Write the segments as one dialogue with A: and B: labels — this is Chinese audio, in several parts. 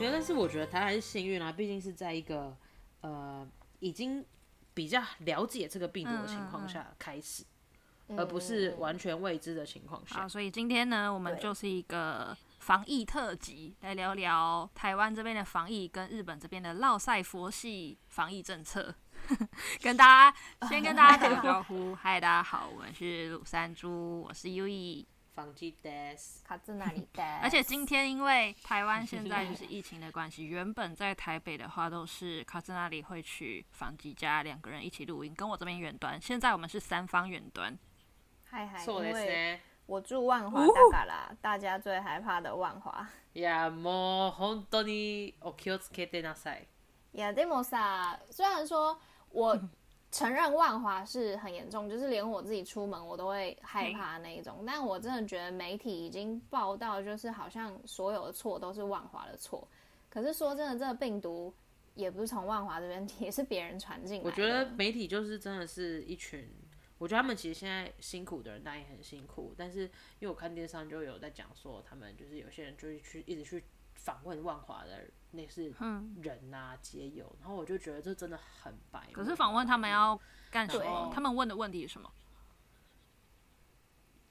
A: 有，但是我觉得台湾还是幸运啊，毕竟是在一个呃已经比较了解这个病
B: 嗯
A: 毒的情况下开始，而不是完全未知的情况下
C: 好，。所以今天呢，我们
B: 对
C: 就是一个防疫特辑，来聊聊台湾这边的防疫跟日本这边的落赛佛系防疫政策。 跟大家先跟大家打个招呼，嗨，大家好，我们是鲁山猪，我是 U E。
A: 防疫 des
B: 卡在哪里的？
C: 而且今天因为台湾现在就是疫情的关系，原本在台北的话都是卡在那里会去房吉家两个人一起录音，跟我这边远端。现在我们是三方远端，
B: 嗨嗨，因
A: そうです
B: 为
A: ね。
B: 我住万华大嘎啦，大家最害怕的万华。
A: いやもう本当にお気をつけてなさい。
B: Yeah, demo 萨。虽然说我承认万华是很严重，就是连我自己出门我都会害怕那一种，但我真的觉得媒体已经报道，就是好像所有的错都是万华的错。可是说真的，这个病毒也不是从万华这边， 也是别人传进来的。
A: 我觉得媒体就是真的是一群，我觉得他们其实现在辛苦的人，当然也很辛苦。但是因为我看电视上就有在讲说，他们就是有些人就是去一直去访问万华的那是
C: 嗯
A: 人呐、街友，然后我就觉得这真的很白目。
C: 可是访问他们要干什么
A: 对？
C: 他们问的问题是什么？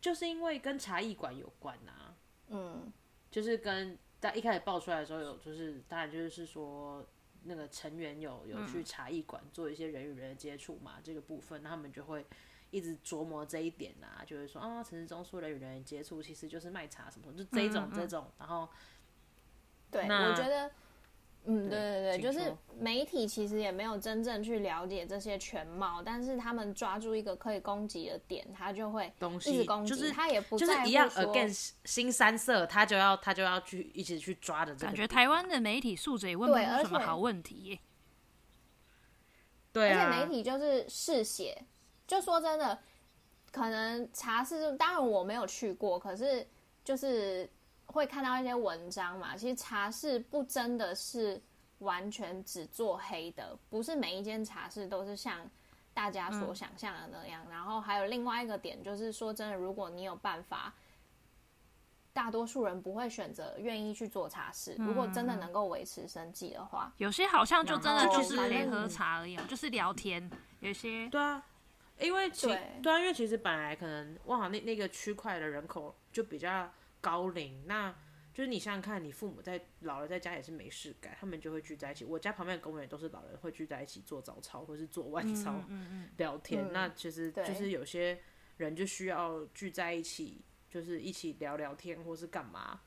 A: 就是因为跟茶艺馆有关啊呐、
B: 嗯，
A: 就是跟在一开始爆出来的时候有，就是当然就是说那个成员有有去茶艺馆做一些人与人的接触嘛，这个部分那他们就会一直琢磨这一点啊，就是说啊，陈世忠说人与人的接触其实就是卖茶什么什么，就这一种
C: 嗯嗯
A: 这种，然后
B: 对，
A: 那
B: 我觉得，嗯，对对
A: 请
B: 对，就是
A: 说
B: 媒体其实也没有真正去了解这些全貌，但是他们抓住一个可以攻击的点，他就会
A: 东
B: 一
A: 西
B: 直攻击，
A: 就是
B: 他也不
A: 就是
B: 在
A: 一样
B: 乎说
A: against 新三色，他就要他就要去一起去抓的这个
C: 感觉
A: 点
C: 台湾的媒体素质也问不
B: 对
C: 出
B: 而
C: 什么
B: 且
C: 好问题耶。
A: 对
B: 而
A: 啊，
B: 且媒体就是嗜血，就说真的，可能茶室，当然我没有去过，可是就是会看到一些文章嘛。其实茶室不真的是完全只做黑的，不是每一间茶室都是像大家
A: 嗯
B: 所想象的那样。然后还有另外一个点就是，说真的，如果你有办法。大多数人不会选择愿意去做茶室。如果真的
A: 嗯
B: 能够维持生计的话，
C: 有些好像就真的
A: 然后
C: 就
A: 就是
C: 是连喝茶而已哦，就是聊天。有些
A: 对啊，因为其
B: 对
A: 对啊，因为其实本来可能万华那那个区块的人口就比较高龄，那就是你想想看，你父母在老了在家也是没事干，他们就会聚在一起。我家旁边的公园都是老人会聚在一起做早操或是做晚操、聊天。
B: 嗯
A: 那其实
B: 对
A: 就是有些人就需要聚在一起，就是一起聊聊天或是干嘛。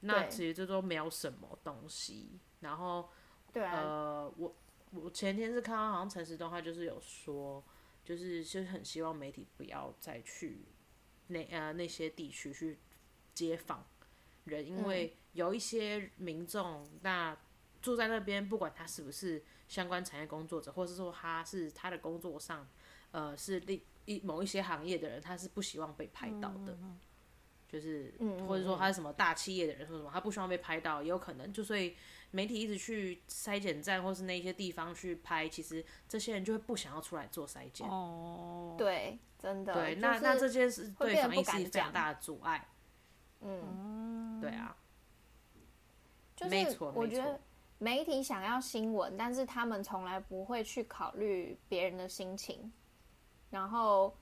A: 那
B: 对
A: 其实这都没有什么东西，然后
B: 对啊，
A: 呃，我我前天是看到好像陈时东他就是有说，就是就是很希望媒体不要再去那呃那些地区去街访人，因为
B: 嗯
A: 有一些民众那住在那边，不管他是不是相关产业工作者，或是说他是他的工作上呃是另一某一些行业的人，他是不希望被拍到的。就是，
B: 嗯嗯嗯
A: 或者说
B: 嗯
A: 他是什么大企业的人，说什么他不希望被拍到，也有可能，就所以媒体一直去筛检站或是那一些地方去拍，其实这些人就会不想要出来做筛检。
C: 哦，
B: 对，真的。
A: 对，
B: 就
A: 那那
B: 是
A: 这件事
B: 会
A: 对
B: 变
A: 防疫
B: 得不
A: 是
B: 敢
A: 非常
B: 讲
A: 大的阻碍。
B: 嗯，
A: 对啊，
B: 就是
A: 没错
B: 我
A: 没
B: 觉得
A: 错
B: 媒体想要新闻，但是他们从来不会去考虑别人的心情，然后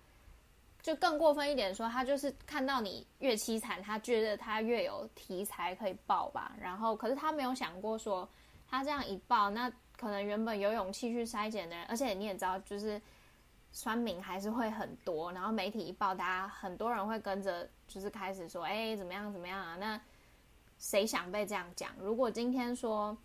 B: 就更过分一点说，他就是看到你越凄惨，他觉得他越有题材可以报吧，然后可是他没有想过说，他这样一报，那可能原本有勇气去筛检的人，而且你也知道，就是酸民还是会很多，然后媒体一报，大家很多人会跟着，就是开始说，哎、怎么样怎么样啊？那谁想被这样讲？如果今天说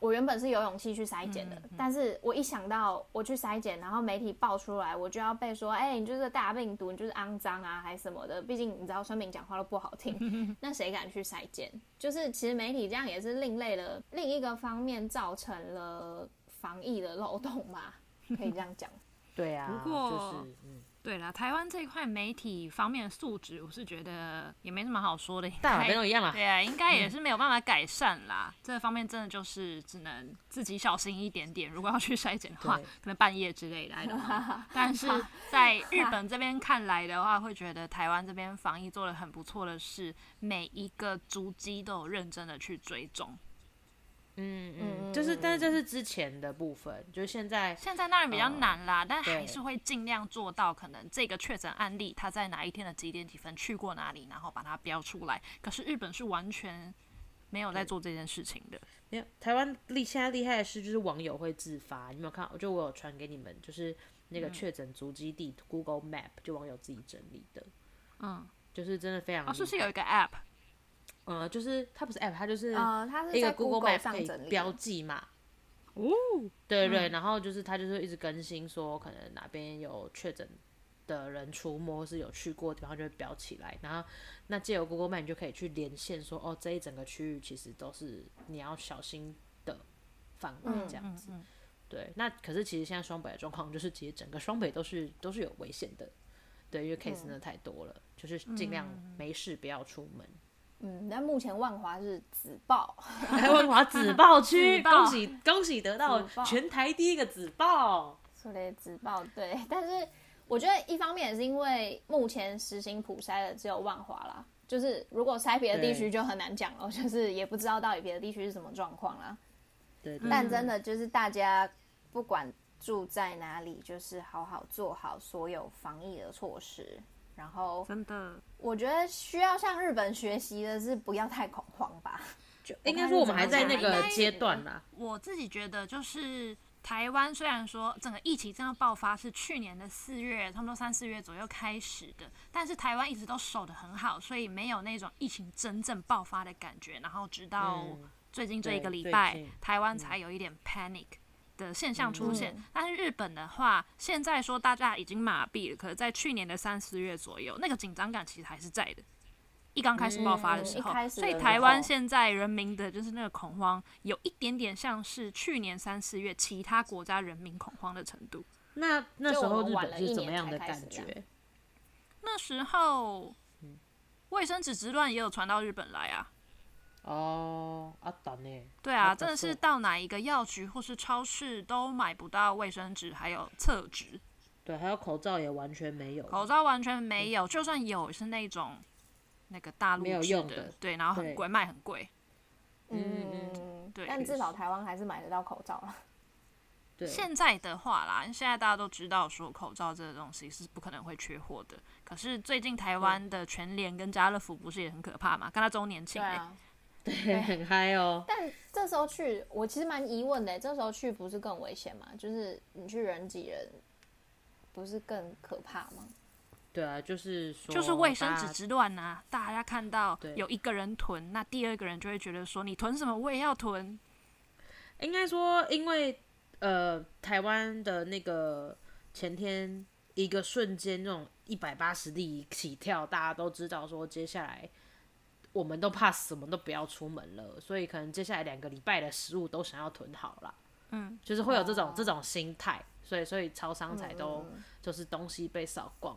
B: 我原本是有勇气去筛检的，但是我一想到我去筛检，然后媒体爆出来，我就要被说，哎、你就是大病毒，你就是肮脏啊，还是什么的。毕竟你知道酸民讲话都不好听，那谁敢去筛检？就是其实媒体这样也是另类了，另一个方面造成了防疫的漏洞嘛，可以这样讲。
A: 对啊
C: 不过
A: 就是嗯，
C: 对啦，台湾这一块媒体方面的素质，我是觉得也没什么好说的。
A: 大小
C: 应
A: 便
C: 该
A: 都一样啦。
C: 对啊，应该
A: 嗯
C: 也是没有办法改善啦。这方面真的就是只能自己小心一点点。如果要去筛检的话
A: 对，
C: 可能半夜之类的。I don't know 但是在日本这边看来的话，会觉得台湾这边防疫做的很不错的是，每一个足迹都有认真的去追踪。
A: 嗯
B: 嗯
A: 嗯，就是，但是这是之前的部分，就是现在
C: 现在当然比较难啦，但还
A: 嗯对
C: 是会尽量做到，可能这个确诊案例他在哪一天的几点几分去过哪里，然后把它标出来。可是日本是完全没有在做这件事情的，
A: 没有台湾厉现在厉害的是，就是网友会自发，你有没有看？就我有传给你们，就是那个确诊足迹地图 Google Map，就网友自己整理的，
C: 嗯，
A: 就是真的非常厉害。
C: 哦，是不是有一个 app？
A: 呃，就是它不是 App，它就是
B: 呃，他是
A: 一
B: 在
A: 个 Google Map
B: 上
A: 可以
B: 整理
A: 标
B: 的，嗯
A: 记嘛。哦，对对，然后就是它就是一直更新，说可能哪边有确诊的人出没，或是有去过的地方就会标起来。然后那借由 Google Map 你就可以去连线说，哦，这一整个区域其实都是你要小心的范围
B: 嗯
A: 这样子。
C: 嗯
A: 对，那可是其实现在双北的状况就是，其实整个双北都是都是有危险的，对，因
B: 嗯
A: 为 case 真的太多了，就是尽量没事不要出门。
B: 嗯，但目前万华是紫爆，
A: 台湾华紫爆 区，
C: 紫爆
A: 恭喜恭喜得到
B: 紫爆
A: 全台第一个紫爆。
B: 所以紫爆对，但是我觉得一方面也是因为目前实行普筛的只有万华啦，就是如果筛别的地区
A: 对
B: 就很难讲了， 就是也不知道到底别的地区是什么状况啦。
A: 嗯对对
B: 但真的就是大家不管住在哪里，就是好好做好所有防疫的措施。然后
C: 真的，
B: 我觉得需要向日本学习的是不要太恐慌吧。
A: 就应该说我们还在那
C: 我
A: 个
C: 看是
A: 阶段啦。
C: 我自己觉得就是。台湾虽然说整个疫情真的爆发是去年的四月，差不多三四月左右开始的，但是台湾一直都守得很好，所以没有那种疫情真正爆发的感觉。然后直到
A: 嗯
C: 最近这一
A: 对
C: 个礼
A: 最
C: 拜
A: 近，
C: 台湾才有一点 panic 的现象出现。
A: 嗯
C: 但是日本的话，现在说大家已经麻痹了，可是，在去年的三四月左右，那个紧张感其实还是在的。一刚开始爆发的时
B: 嗯
C: 候，
B: 一开始
C: 所以
B: 的时
C: 台湾
B: 候
C: 现在人民的就是那个恐慌，有一点点像是去年三四月其他国家人民恐慌的程度。
A: 那那时
B: 就我
A: 候
B: 们
A: 日
B: 晚了
A: 本
B: 一
A: 是怎
B: 年
A: 么样
B: 才
A: 的
B: 开始
A: 感
B: 这样
A: 觉？
C: 那时候，卫生纸之乱也有传到日本来啊。
A: 哦，啊，等呢？
C: 对
A: 好
C: 啊，
A: 可
C: 真的是
A: 颂
C: 到哪一个药局或是超市都买不到卫生纸，还有厕纸，
A: 对，还有口罩也完全没有。
C: 口罩完全没有，就算有也是那种那个大陆
A: 没有
C: 制
A: 用
C: 的
A: 的，
C: 对，然后很
A: 对
C: 贵，卖很贵，
A: 嗯
B: 嗯，
C: 对
B: 但至少台湾还是买得到口罩了。
A: 对，
C: 现在的话啦，现在大家都知道说口罩这个东西是不可能会缺货的。可是最近台湾的全联跟家乐福不是也很可怕嘛？跟他周年庆、欸，，
A: 啊 很嗨哦。
B: 但这时候去，我其实蛮疑问的。欸这时候去不是更危险吗？就是你去人挤人，不是更可怕吗？
A: 对啊，就是说，
C: 就是卫生纸之乱啊！大家看到
A: 对
C: 有一个人囤，那第二个人就会觉得说你囤什么我也要囤，
A: 应该说，因为呃，台湾的那个前天一个瞬间，那种一百八十例起跳，大家都知道说，接下来我们都怕死，我们都不要出门了，所以可能接下来两个礼拜的食物都想要囤好了，
C: 嗯，
A: 就是会有这种、
B: 哦
A: 这种心态，所以所以超商才都
B: 嗯
A: 就是东西被扫光。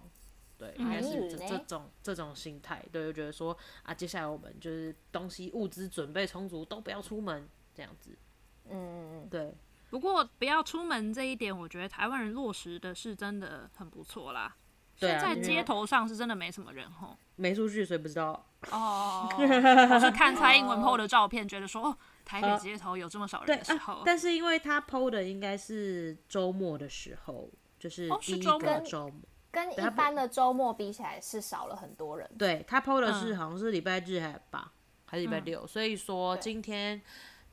A: 对，
C: 嗯
A: 应该是这
B: 哎
A: 这种这种心态，对，就觉得说啊，接下来我们就是东西物资准备充足，都不要出门这样子。
B: 嗯，
A: 对，
C: 不过不要出门这一点，我觉得台湾人落实的是真的很不错啦。
A: 对
C: 现
A: 啊
C: 在
A: 因为
C: 街头上是真的没什么人 吼。
A: 没数据，所以不知道。
C: 哦，我是看蔡英文 PO 的照片，觉得哦说哦，台北街头有这么少
A: 对
C: 人的时候
A: 啊，，但是因为他 PO 的应该是周末的时候，就是
C: 哦是
A: 第一
C: 周
A: 个
C: 末
A: 周末。
B: 跟一般的周末比起来是少了很多人。
A: 对他 PO 的是
C: 嗯
A: 好像是礼拜日还吧，还是礼拜六，所以说
B: 对
A: 今天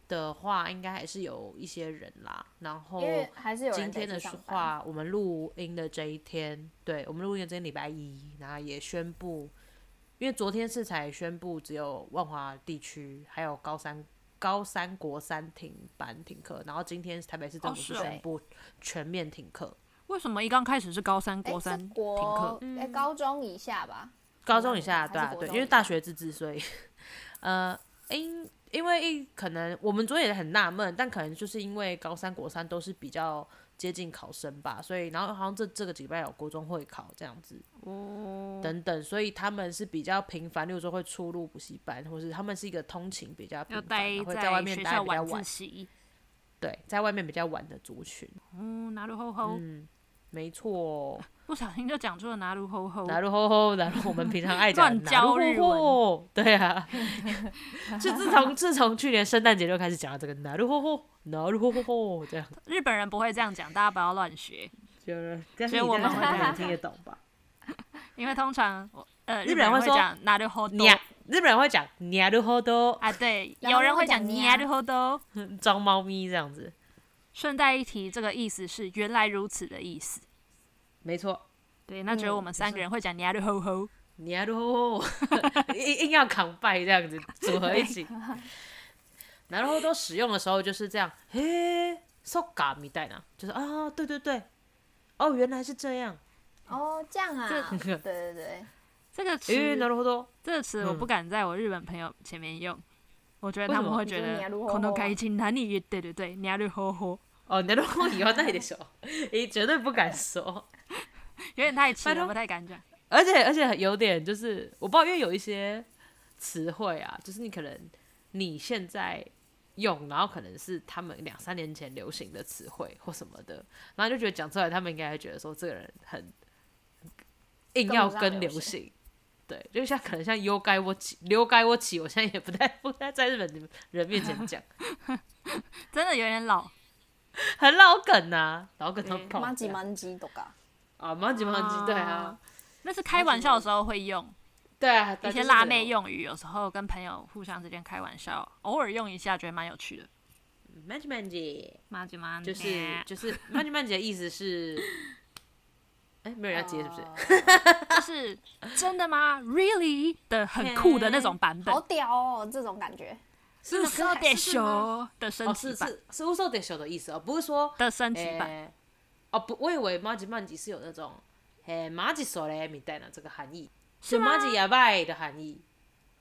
A: 的话应该还是有一些人啦。然后
C: 哦
B: 因为还是有人
A: 今天
B: 得
A: 的
B: 去上班
A: 话，我们录音的这一天，对我们录音的这天礼拜一，然后也宣布，因为昨天是才宣布只有万华地区还有高三高三国三停班停课，然后今天台北市政
C: 哦
A: 府
C: 是
A: 是
C: 哦
A: 宣布全面停课，
C: 为什么一刚开始是高三、
B: 哎，
C: 国三
B: 是
C: 停
B: 国
C: 课？嗯
B: 哎高中以下吧，
A: 高中以下，
B: 还是
A: 对啊，
B: 国
A: 对，
B: 中
A: 因
B: 以
A: 为
B: 下
A: 大学自治，所以，呃，因因为一可能我们昨天也很纳闷，但可能就是因为高三、国三都是比较接近考生吧，所以然后好像这这个礼拜有国中会考这样子，
C: 哦，
A: 等等，所以他们是比较频繁，例如说会出入补习班，或是他们是一个通勤比较频
C: 要
A: 繁，
C: 待
A: 嗯然后会在外面
C: 学
A: 待
C: 校
A: 比较
C: 晚
A: 晚
C: 自，习。
A: 对，在外面比较晚的族群，
C: 哦嗯，拿了吼吼。
A: 嗯，没错，
C: 不小心就讲出了拿鲁吼吼，
A: 哪路吼吼，哪路我们平常爱讲
C: 哦 乱
A: 哪
C: 教
A: 路
C: 日
A: 吼 吼，对啊，就自从自从去年圣诞节就开始讲了这个哪路吼吼，哪路吼吼吼这样，
C: 日本人不会这样讲，大家不要乱学，
A: 就是但
C: 所以
A: 你
C: 我
A: 在
C: 们
A: 台湾应该也听得懂 吧？
C: 因为通常我呃
A: 日
C: 日
A: 本人
C: 人
A: 会
C: 会
A: 说
C: 讲拿鲁吼多
A: 呀，日本人会讲哪路吼多，
C: 啊，对，
B: 然
C: 有
B: 后
C: 人
B: 会
C: 会讲
B: 讲
C: 拿鲁
B: 呀
C: 吼多。
A: 装猫咪这样子，
C: 顺带一提，这个意思是原来如此的意思。
A: 没错，
C: 对，那只有我们三个人会讲拿鲁吼吼。
A: 哪路吼 吼，硬硬要扛拜这样子组合一 起，哪路吼多使用的时候就是这样，嘿，so ga みたいな，就是啊，对对对，哦，原来是这样，
B: 哦，这样啊，
C: 这
B: 对对 对，
C: 这个
A: 诶，哪
C: 词，
A: 路吼多。
C: 这个词我不
A: 嗯
C: 敢在我日本朋友前面用，我觉得他
A: 为什
C: 们
A: 么
C: 会
B: 你
C: 觉
B: 说
C: 得
B: 拿鲁
C: 可
B: 吼
C: 能
B: 吼
C: 开
B: 啊
C: 心，哪里对对对，拿鲁吼吼，
A: 哦，你如果以后那里的时 候，也绝对不敢说，
C: 有点太迟
A: 拜
C: 了，
A: 托
C: 不太敢讲。
A: 而且而且有点就是我不知道，因为有一些词汇啊，就是你可能你现在用，然后可能是他们两三年前流行的词汇或什么的，然后就觉得讲出来，他们应该会觉得说这个人很硬要跟流
B: 跟不 上
A: 行。对，就像可能像优该我起，溜该我起，我现在也不太不太在日本人面前讲，
C: 真的有点老，
A: 很老梗呐、老梗都
C: 对
A: 爆
B: 马吉
A: 掉
B: 蛮吉都嘎，
A: 啊，蛮吉蛮吉，对啊，
C: 那是开玩笑的时候会用，
A: 对啊，
C: 一
A: 对
C: 些
A: 就是
C: 辣
A: 这
C: 妹
A: 种
C: 用语，有时候跟朋友互相之间开玩笑，偶尔用一下，觉得蛮有趣的。
A: Magic Man 姐，
C: 妈吉妈，
A: 就是就是 Magic Man 姐的意思是，哎、没有人要接是不是？
C: 就
B: 是？
C: 是真的吗？Really 的很酷的那种版本
B: 好，屌哦，这种感觉。
A: 是
C: 是
A: 是还
C: 点
A: 是吗
C: 熊的升
A: 哦，
C: 级
A: 是
C: 版
A: 是是 Uso 的手的意思哦，不是说
C: 的升级版，
A: 哎，哦不，我以为 Magic Man 姐是有那种哎 Magic 手嘞米带呢这个含义，是
C: 啊
A: Magic 哑巴的含义。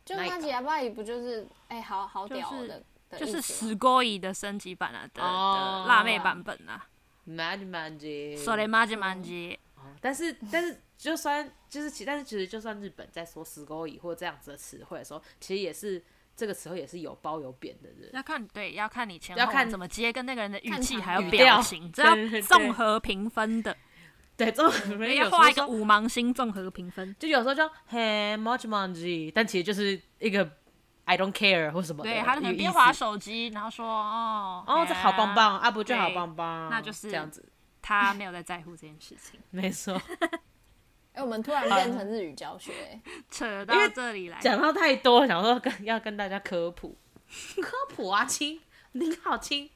B: 就
A: 哪一个
B: 马吉阿爸也不就是哎、好好屌哦
C: 就是
B: 的，的
C: 就
B: 意
C: 是
B: 思吗
C: 石锅椅的升级版啊的
A: 哦
C: 的辣妹版本啊，
A: Magic Man 姐，
C: 所以马吉马吉，
A: 哦但是但是就算就是其，但是其实就算日本在说死狗蚁或这样子的词汇的时候，其实也是这个词汇也是有褒有贬的，对不对
C: 要看对要看你前
A: 要
C: 后
A: 看
C: 怎么接，跟那个人的语
B: 看
C: 气
B: 场
C: 还有
A: 合
C: 表情，这
A: 对对
C: 要
A: 对
C: 综合评分的，
A: 对， 这种没有
C: 要
A: 时候
C: 画一
A: 说
C: 个五芒星综合评分。
A: 就有时候就嘿 m o c h m o n g i 但其实就是一个 I don't care 或什么的，
C: 对，他可
A: 一
C: 能
A: 个
C: 边
A: 意思
C: 划手机，然后说哦
A: 哦，这好棒，
C: 哎呀
A: 棒，啊不就好
C: 对
A: 棒棒，
C: 那就是
A: 这样 子，
C: 他没有在在乎这件事情。
A: 没错。
B: 哎、我们突然变成日语教学、哎
C: 嗯扯到
A: 因为
C: 这里来，
A: 讲到太多，想说跟要跟大家科普，科普啊亲，您好亲，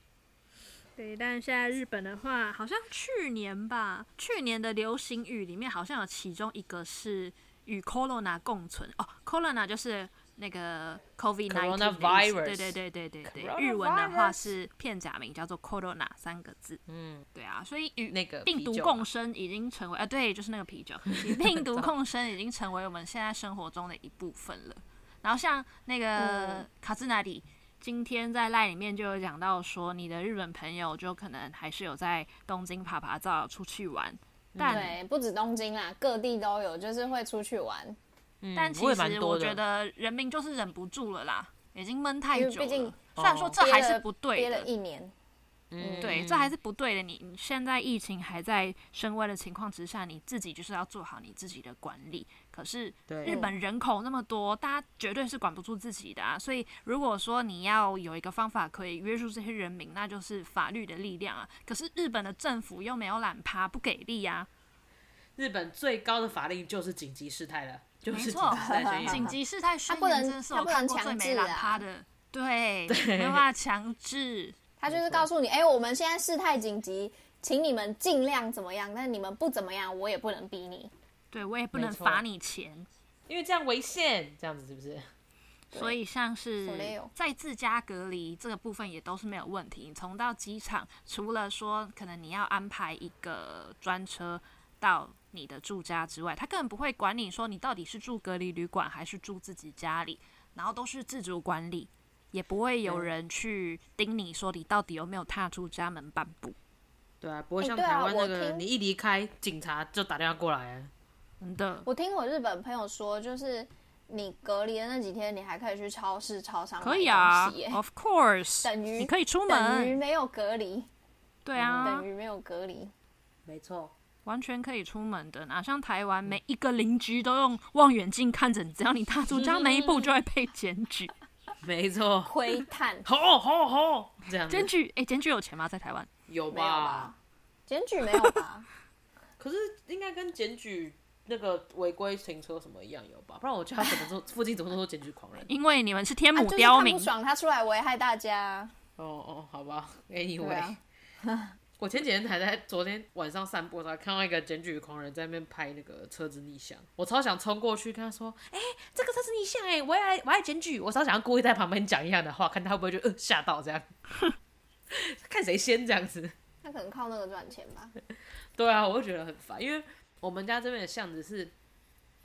C: 对，但现在日本的话，好像去年吧，去年的流行语里面好像有其中一个是与 corona 共存哦，corona 就是那个 covid nineteen，
A: Coronavirus
C: 对对对对对对，日文的话是片假名叫做 corona 三个字，
A: 嗯，
C: 对啊，所以与
A: 那个
C: 病毒
A: 啤酒
C: 共
A: 嘛
C: 生已经成为啊，对，就是那个啤酒，与 病毒共生已经成为我们现在生活中的一部分了。然后像那个
B: 嗯
C: 卡兹纳里，今天在赖里面就有讲到说，你的日本朋友就可能还是有在东京爬爬照出去玩，但、
B: 对，不止东京啦，各地都有，就是会出去玩，
C: 但
A: 嗯
C: 其
A: 我也蛮
C: 实
A: 多
C: 我
A: 的
C: 觉得人民就是忍不住了啦，已经闷太
B: 因为
C: 久
B: 毕竟
C: 了。虽然
A: 哦
C: 说这
B: 憋
C: 还是
B: 了
C: 不对
B: 憋
C: 的
B: 了，一年。
A: 嗯
C: 对，这还是不对的。你你现在疫情还在升温的情况之下，你自己就是要做好你自己的管理。可是
A: 对
C: 日本人口那么多，大家绝对是管不住自己的啊。所以如果说你要有一个方法可以约束这些人民，那就是法律的力量啊。可是日本的政府又没有懒趴，不给力啊。
A: 日本最高的法令就是紧急事态了，就
C: 没
A: 是紧
C: 错
A: 急事态宣言，啊
C: 紧急事态宣
B: 不
C: 言
B: 能
C: 真的是
B: 他
C: 我
B: 不
C: 看
B: 能
C: 过最
B: 强
C: 没
B: 制
C: 懒
B: 啊
C: 趴的， 对，没有办法强制。
B: 他就是告诉你，哎、我们现在事态紧急，请你们尽量怎么样，但是你们不怎么样，我也不能逼你。
C: 对我也不
A: 没
C: 能
A: 错
C: 罚你钱。
A: 因为这样违宪，这样子是不是？
C: 所以像是
B: Soleo
C: 在自家隔离这个部分也都是没有问题。你从到机场，除了说可能你要安排一个专车到你的住家之外，他根本不会管你说你到底是住隔离旅馆还是住自己家里，然后都是自主管理，也不会有
A: 对
C: 人去盯你说你到底有没有踏出家门半步。
A: 对啊，不会
B: 哎
A: 像
B: 对啊
A: 台湾那
B: 我
A: 个，
B: 听
A: 你一离开，警察就打电话过来啊。
C: 真的，
B: 我听我日本朋友说，就是你隔离的那几天，你还可以去超市、超商
C: 可以啊
B: 买东西耶
C: ，Of course，
B: 等于
C: 你可以出
B: 等于
C: 门，
B: 没有隔离，
C: 对啊
B: 等，于没有隔离。
A: 没错，
C: 完全可以出门的哪像台湾，每一个邻居都用望远镜看着你，只要你踏出家门一步，就会被检 举。
A: 没错，
B: 窥 探
A: 吼吼吼，这样子
C: 检举，哎、检举有钱吗？在台湾？
A: 有
B: 没有吧？检举没有 吧？
A: 可是应该跟检举那个违规停车什么一样有吧？不然我觉得他怎么说附近怎么都检举狂人？
C: 因为你们是天
B: 啊，
C: 母
B: 就是
C: 刁
B: 他
C: 民
B: 不，爽，他出来危害大家。 啊
A: 哦哦，好吧，Anyway，、
B: 对啊，
A: 我前几天才在昨天晚上散步的时候看到一个检举狂人在那边拍那个车子逆向，我超想冲过去跟他说：“哎、这个车子逆向哎、我也来我也来检举。”我超想要故意在旁边讲一样的哎话，看他会不会就呃吓到 这样，看谁先这样子。
B: 他可能靠那个赚钱吧。
A: 对啊，我会觉得很烦，因为我们家这边的巷子是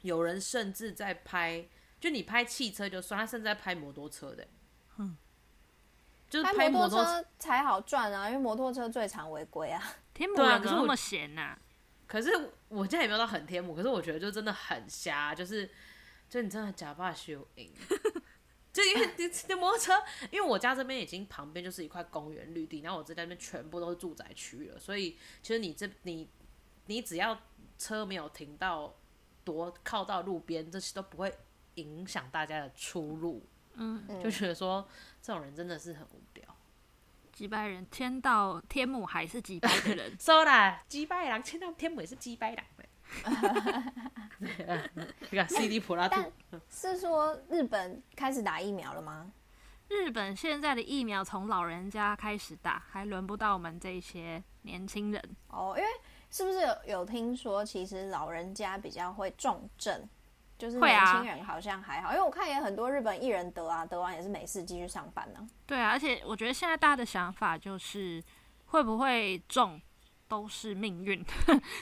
A: 有人甚至在拍，就你拍汽车就算，他甚至在拍摩托车的、嗯，就是
B: 开摩
A: 摩
B: 托
A: 托车。
B: 车才好赚啊，因为摩托车最常违规 啊。
C: 天母
A: 对啊
C: 人
A: 可
C: 怎
A: 是
C: 么那
A: 我
C: 么闲呐、
A: 可是我家也没有到很天幕，可是我觉得就真的很瞎，就是就你真的假发修影， 就因为你你摩托车，因为我家这边已经旁边就是一块公园绿地，然后我这边全部都是住宅区了，所以其实你这你你只要车没有停到多靠到路边，这些都不会影响大家的出路，
C: 嗯，
B: 嗯
A: 就觉得说这种人真的是很无聊。，
C: 几百人，天到天母还是几百的 人
A: 收啦，击败狼签到天母也是击败狼 的。你看 CD 普拉
B: 但
A: 图，
B: 是说日本开始打疫苗了吗？
C: 日本现在的疫苗从老人家开始打，还轮不到我们这些年轻人。
B: 哦，因为是不是有有听说，其实老人家比较会重症，就是
C: 会
B: 年
C: 啊
B: 轻人好像还好，因为我看也很多日本艺人得啊，得完也是没事继续上班呢、
C: 对啊，而且我觉得现在大家的想法就是，会不会中都是命运，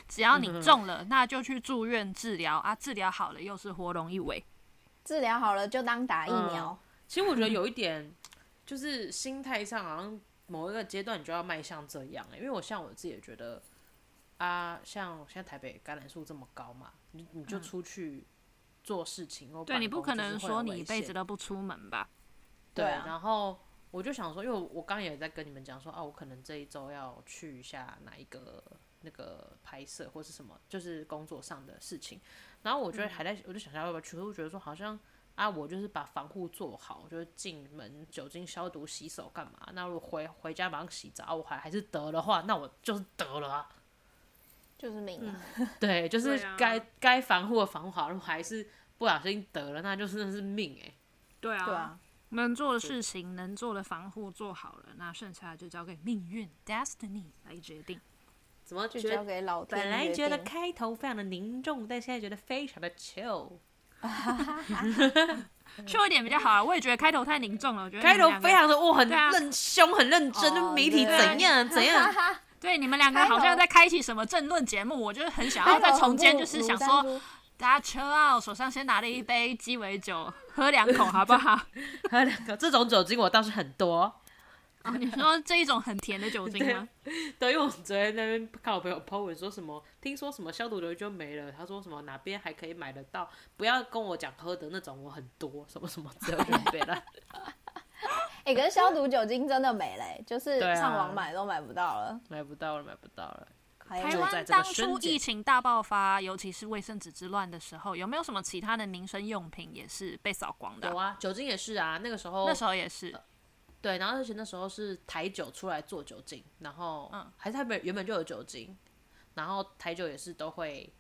C: 只要你中了，那就去住院治疗啊，治疗好了又是活龙一尾。
B: 治疗好了就当打疫苗，
A: 其实我觉得有一点，就是心态上好像某一个阶段你就要迈向这样、欸，因为我像我自己也觉得啊，像现在台北橄榄树这么高嘛，你你就出去做事情或
C: 嗯对你
A: 办公
C: 不可
A: 就是
C: 能
A: 会
C: 说
A: 有
C: 你
A: 危
C: 一辈
A: 险
C: 子都不出门吧？
A: 对，
B: 对啊
A: 然后我就想说，因为我刚刚也在跟你们讲说，啊，我可能这一周要去一下哪一个那个拍摄或是什么，就是工作上的事情。然后我觉得还在，我就想要不要去，我就觉得说好像啊，我就是把防护做好，就是进门酒精消毒、洗手干嘛？那如果回回家马上洗澡，啊我还还是得的话，那我就是得了啊。
B: 就是命啊。
A: 嗯对，就是
C: 对啊
A: 该该防护的防护好，如果还是不小心得了，那就真的是命哎、
C: 对啊
B: 对啊，
C: 能做的事情、能做的防护做好了，那剩下的就交给命运 （destiny） 来决定。
A: 怎么
B: 就
A: 觉得
B: 交给老天
A: 本来
B: 决
A: 觉得
B: 定
A: 开头非常的凝重，但现在觉得非常的 chill。
C: 说一点比较好啊，我也觉得开头太凝重了，我觉得
A: 开
C: 你们
A: 头
C: 两个
A: 非常的我很
C: 对啊
A: 认凶，很认真，
B: 哦
A: 媒体
B: 对
A: 怎样怎 样。
C: 对你们两个
B: 开头
C: 好像在开启什么政论节目，我就是很想
B: 开
C: 要
B: 头
C: 在
B: 很
C: 从间，
B: 不
C: 就是
B: 如
C: 想
B: 山
C: 说
B: 猪
C: 大家车啊，手上先拿了一杯鸡尾酒，喝两口好不好？
A: 喝两个，这种酒精我倒是很多。
C: 哦，你说这一种很甜的酒精吗？
A: 对，因为我昨天在那边看我朋友 po 文说什么，听说什么消毒酒就没了，他说什么哪边还可以买得到，不要跟我讲喝的那种，我很多什么什么之类 的啦。
B: 哎、可是消毒酒精真的没嘞、就是
A: 对啊
B: 上网买都买不到了。
A: 买不到了，买不到了。
B: 还
C: 台
B: 有
A: 就在
C: 湾
A: 这个
C: 当
A: 瞬
C: 初
A: 间
C: 疫情大爆发，尤其是卫生纸之乱的时候，有没有什么其他的民生用品也是被扫光 的
A: 有
C: 啊？
A: 啊，酒精也是啊，那个时候
C: 那时候也是，
A: 对，然后而且那时候是台酒出来做酒精，然后、
C: 嗯
A: 还是他们原本就有酒精，然后台酒也是都会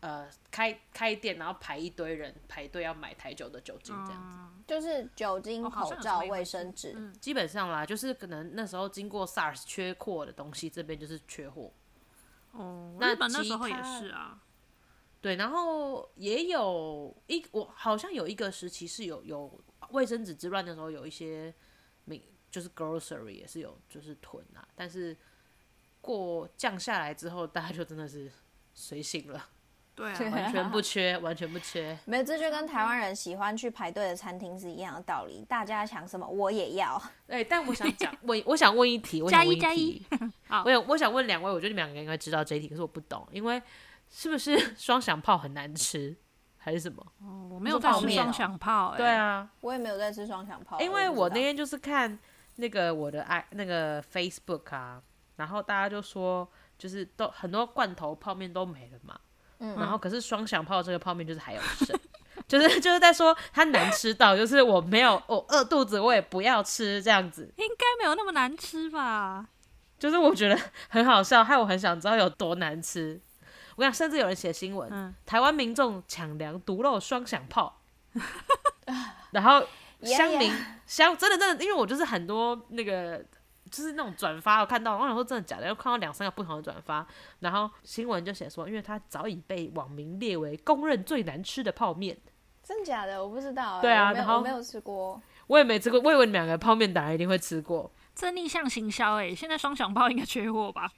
A: 呃开开店，然后排一堆人排队要买台酒的酒精这样子。
B: 就是酒精、
C: 哦好
B: 口
C: 像有这
B: 罩、
C: 么一回
B: 卫
C: 事
B: 生纸，
C: 嗯
A: 基本上啦，就是可能那时候经过 SARS 缺货的东西，这边就是缺货。
C: 哦，
A: 那
C: 日本那
A: 其
C: 时候也
A: 他
C: 是啊，
A: 对，然后也有一我好像有一个时期是有有卫生纸之乱的时候，有一些民就是 grocery 也是有就是囤啊，但是过降下来之后，大家就真的是随性了，
C: 对
B: 对
C: 啊，
A: 完全不缺，完全不缺。
B: 没有，这就跟
A: 嗯
B: 台湾人喜欢去排队的餐厅是一样的道理。大家想什么，我也要。
A: 哎、但我想讲，我我想 问一题，我想
C: 加一
A: 问
C: 加
A: 题，
C: 好
A: 我有我想问两位，我觉得你们两个应该知道这一题，可是我不懂，因为是不是双响炮很难吃，还是什么？
C: 哦我没有
B: 你说
C: 在
B: 泡
C: 吃
B: 面
C: 双
B: 哦
C: 响炮，哎
A: 对，啊，
B: 我也没有在吃双响炮，
A: 因为
B: 哦我
A: 我
B: 不
A: 那
B: 知道
A: 天就是看那个我的 i 那个 Facebook 啊，然后大家就说就是都很多罐头泡面都没了嘛。
B: 嗯
A: 然后可是双响炮这个泡面就是还有剩， 就是就是在说它难吃到，就是我没有我饿肚子我也不要吃这样子，
C: 应该没有那么难吃吧？
A: 就是我觉得很好笑， 害我很想知道有多难吃。我跟你讲，甚至有人写新闻，
C: 嗯
A: 台湾民众抢粮毒肉双响炮， 然后乡民乡真的真的，因为我就是很多那个就是那种转发，我看到，我想说真的假的，又看到两三个不同的转发，然后新闻就写说，因为它早已被网民列为公认最难吃的泡面，
B: 真假的我不知道欸、
A: 对啊
B: 我没有
A: 然后
B: 我没有吃过，
A: 我也没吃过，我以为你们两个泡面达人一定会吃过，
C: 这逆向行销哎、现在双响炮应该缺货吧？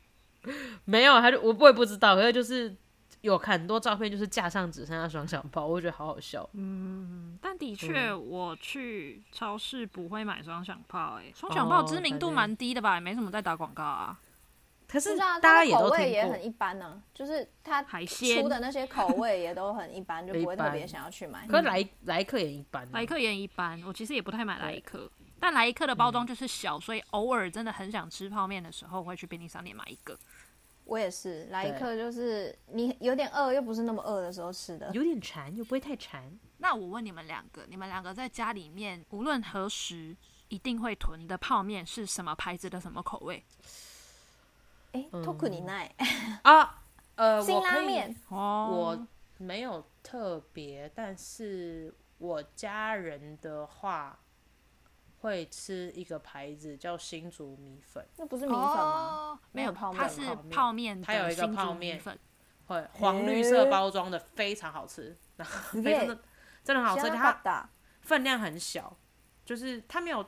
A: 没有，他就我我也不知道，可是就是有看很多照片，就是架上只剩下双响炮，我觉得好好笑。
C: 但的确，
A: 嗯
C: 我去超市不会买双响炮哎、双响炮
A: 哦
C: 知名度
A: 反正
C: 蛮低的吧？也没什么在打广告啊。
A: 可
B: 不
A: 是
B: 知道
A: 大家
B: 它的
A: 也都
B: 口味也
A: 听过
B: 很，一般呢、就是它
C: 海鲜
B: 出的那些口味也都很 一般，就不会
A: 一
B: 特
A: 般
B: 别想要去买。
A: 可是来来客也一般啊、
C: 莱克也一般，我其实也不太买莱
A: 对嗯
C: 克，但莱克的包装就是小，所以偶尔真的很想吃泡面的时候，会去便利商店买一个。
B: 我也是，来一
A: 对
B: 颗就是你有点饿又不是那么饿的时候吃的。
A: 有点馋又不会太馋。
C: 那我问你们两个，你们两个在家里面无论何时一定会囤的泡面是什么牌子的什么口味？
B: 哎，托库尼奈
A: 啊，呃， 嗯
B: 辛
A: 我
B: 拉
A: 可以
B: 面，
C: 哦
A: 我没有特别，但是我家人的话会吃一个牌子叫新竹米粉，
B: 那不是米粉吗？
C: 哦没有
B: 没有泡面
C: 它是
A: 泡面
C: 泡面的
A: 它有一个
C: 新竹
A: 泡
C: 米
A: 面
C: 粉，
A: 会黄绿色包装的，非常好吃，然后非常的真的很好吃，而且
B: 香巴
A: 它
B: 达
A: 分量很小，就是它没有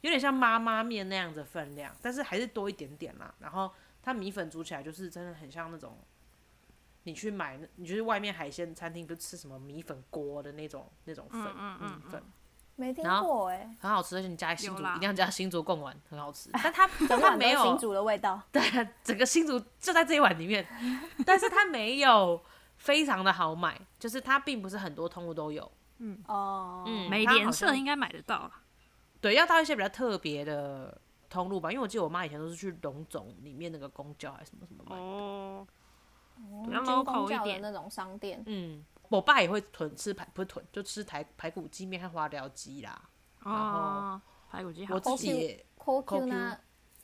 A: 有点像妈妈面那样子的分量，但是还是多一点点啦。然后它米粉煮起来就是真的很像那种。你去买那，你就是外面海鲜餐厅，不是吃什么米粉锅的那种那种粉，
C: 嗯嗯嗯
A: 米粉，
B: 没听
A: 然后
B: 过哎，
A: 很好吃，而且你加新竹
C: 有啦
A: 一定要加新竹贡丸，很好 吃。但它
B: 整
A: 它
B: 碗都
A: 没
B: 是新
A: 有，
B: 竹的味道。
A: 对，整个新竹就在这一碗里面， 但是它没有非常的好买，就是它并不是很多通路都有。
B: 哦，
A: 嗯，
C: 美
A: 它好
C: 联社
A: 像
C: 应该买得到啦。
A: 对，要到一些比较特别的通路吧，因为我记得我妈以前都是去龙总里面那个公交还是什么什么买。
C: 哦，比较
B: 嗯军工
C: local 一
B: 教的
C: 点。
B: 那种商店，
A: 嗯，我爸也会囤吃排，不是囤，就吃排排骨鸡面和花雕鸡啦。
C: 哦，排骨鸡好
A: 我
C: 吃，
A: 自己也
B: QQ
A: QQ
B: 呢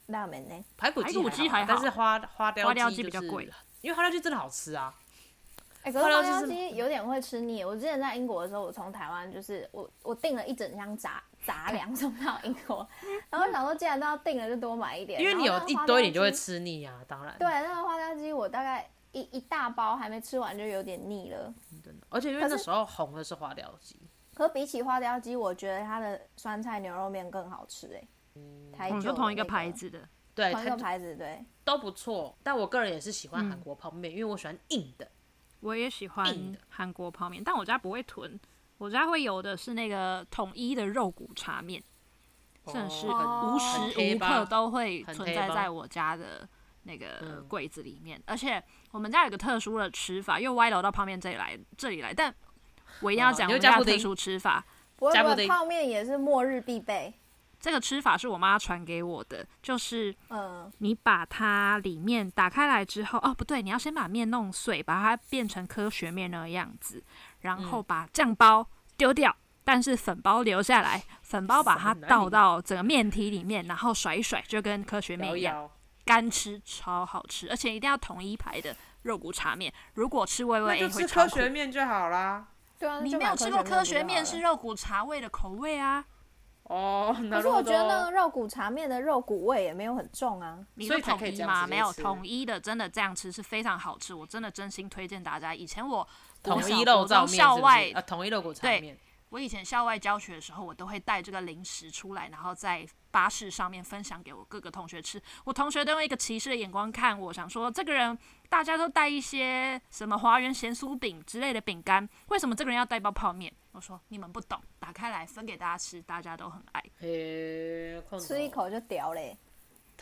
B: 拉面呢？
A: 排骨
C: 排骨鸡
A: 鸡还好啊
C: 还
A: 但
C: 好
A: 是花花雕
C: 花雕
A: 鸡
C: 鸡比较
A: 就是
C: 贵，
A: 因为花雕鸡真的好吃啊。
B: 哎、可
A: 后
B: 是花
A: 来我
B: 雕
A: 就是
B: 鸡有点会吃腻。我之前在英国的时候，我从台湾就是我我订了一整箱杂杂 粮送到英国，然后想说既然都要订了，就多买一点。
A: 因为你
B: 然后
A: 有
B: 那
A: 一
B: 个花
A: 堆，
B: 雕
A: 你就会
B: 鸡。
A: 吃腻啊，当然。
B: 对，那个花雕鸡我大概一一大包还没吃完就有点腻了。
A: 真的，而且因为
B: 可是
A: 那时候红的是花雕鸡，
B: 可比起花雕鸡，我觉得它的酸菜牛肉面更好吃哎、台
A: 哦
C: 我们
B: 酒
C: 说
B: 的
C: 同一个
B: 那
C: 牌，子的，
A: 对，
B: 同一
A: 它
B: 个牌子对。
A: 都不错。但我个人也是喜
C: 嗯
A: 欢韩国泡面，因为我喜欢硬的。
C: 我也喜
A: 硬
C: 欢
A: 的
C: 韩国泡面，但我家不会囤，我家会有的是那个统一的肉骨茶面，真的是
B: 哦
C: 无时
A: 很贴
C: 无
A: 吧
C: 刻都会
A: 很
C: 存
A: 贴
C: 在
A: 吧
C: 在我家的那个
A: 嗯
C: 柜子里面。而且我们家有个特殊的吃法，又歪楼到泡面这里来，这里来，但我一定要
A: 哦
C: 讲
A: 你会
C: 我们
A: 加
C: 家
A: 布
C: 的特
A: 丁
C: 殊吃法。
B: 不会
A: 加
B: 不
A: 布
B: 会，
A: 丁
B: 泡面也是末日必备。
C: 这个吃法是我妈传给我的，就是
B: 嗯，
C: 你把它里面打开来之后，哦，不对，你要先把面弄碎，把它变成科学面那个样子，然后
A: 嗯
C: 把酱包丢掉，但是粉包留下来，粉包把它
A: 什么哪里
C: 倒到整个面体里面，然后甩一甩，就跟科学面
A: 摇
C: 一
A: 一
C: 样，
A: 摇，
C: 干吃超好吃，而且一定要同一排的肉骨茶面，如果吃微微
A: 那
C: A
A: 就
C: 会
A: 吃
C: 超
A: 科
C: 苦。
A: 学面就好啦。
B: 对啊，那
C: 你
B: 就
C: 没
B: 买
C: 有吃过科学
B: 不就
C: 面
B: 好
C: 是
B: 了
C: 肉骨茶味的口味啊？
A: 哦，
B: 可
A: 可
B: 是我觉得那个肉骨茶面的肉骨味也没有很重啊。
C: 你
A: 所
C: 说
A: 以才
C: 统
A: 可以
C: 一
A: 这样
C: 吗？
A: 直接
C: 没有
A: 吃
C: 统一的，真的这样吃是非常好吃，我真的真心推荐大家。以前我
A: 统
C: 国小
A: 一肉
C: 国
A: 燥
C: 中
A: 面是
C: 校
A: 不是
C: 外
A: 啊，统一肉骨茶
C: 对
A: 面，
C: 我以前校外教学的时候，我都会带这个零食出来，然后在巴士上面分享给我各个同学吃。我同学都用一个歧视的眼光看我，想说这个人大家都带一些什么华园咸酥饼之类的饼干，为什么这个人要带包泡面？我说你们不懂，打开来分给大家吃，大家都很爱。
A: 嘿，
B: 吃一口就屌嘞。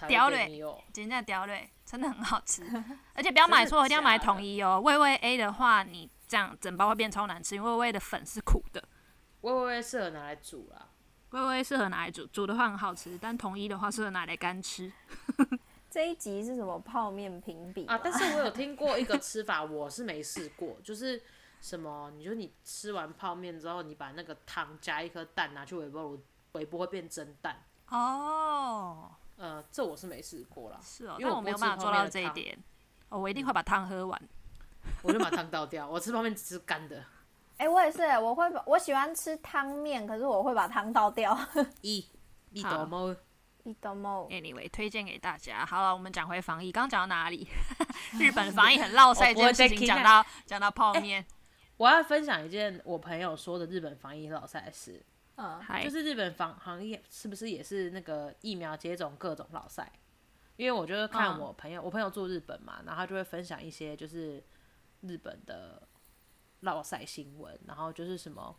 C: 屌嘞
A: 哟，
C: 真的屌嘞，真的很好吃， 而且不要买错，一定要买统一哦。味味 A 的话，你这样整包会变超难吃，因为味味的粉是苦的。
A: 微微适合拿来煮啦。
C: 微微适合拿来煮，煮的话很好吃，但统一的话适合拿来干吃。
B: 这一集是什么泡面评比
A: 啊！
B: 吗
A: 但是我有听过一个吃法， 我是没试过，就是什么，你就你吃完泡面之后，你把那个汤加一颗蛋拿去微波炉，微波会变蒸蛋。
C: 哦，
A: 呃，这我是没试过啦，
C: 是哦，
A: 因为
C: 但
A: 我
C: 我没有
A: 不吃
C: 办法
A: 泡
C: 做
A: 面
C: 到
A: 的
C: 这一
A: 汤
C: 点。哦，我一定会把汤喝完。
A: 我就把汤倒掉。我吃泡面只吃干 的。
B: 哎、我也是，我会把我喜欢吃汤面，可是我会把汤倒掉。
A: 一，一
C: 好
A: 朵猫，
B: 你懂吗？
C: Anyway，推荐给大家。好了，我们讲回防疫，刚刚讲到哪里？ 日本防疫很落塞这件事情，讲 到讲到泡面，
A: 我要分享一件我朋友说的日本防疫老赛事，
B: 嗯，
C: 还
A: 就是日本防行业是不是也是那个疫苗接种各种老赛？因为我就是看
C: 嗯
A: 我朋友，我朋友住日本嘛，然后他就会分享一些就是日本的老赛新闻，然后就是什么，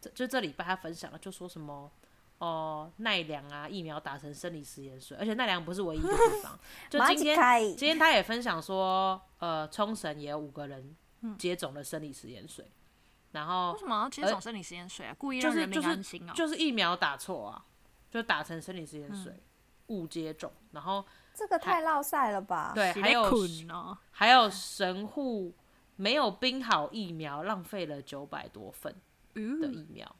A: 这就这礼拜他分享了，就说什么。哦，奈良啊，疫苗打成生理食盐水，而且奈良不是唯一的地 方。就今天，
B: 开
A: 今天他也分享说，呃，冲绳也有五个人接种了生理食盐水，然后
C: 嗯为什么要接
A: 呃
C: 种生理食盐水啊？故意
A: 就
C: 让
A: 是
C: 人民
A: 就是
C: 安心哦。
A: 就是疫苗打错啊，就打成生理食盐水，
C: 嗯
A: 误、接种。然后
B: 这个太落晒了吧？
A: 对，
C: 是
A: 还
C: 在
A: 有
C: 啊困哦，
A: 还有神户没有冰好疫苗，浪费了九百多份的
C: 嗯，
A: 疫苗。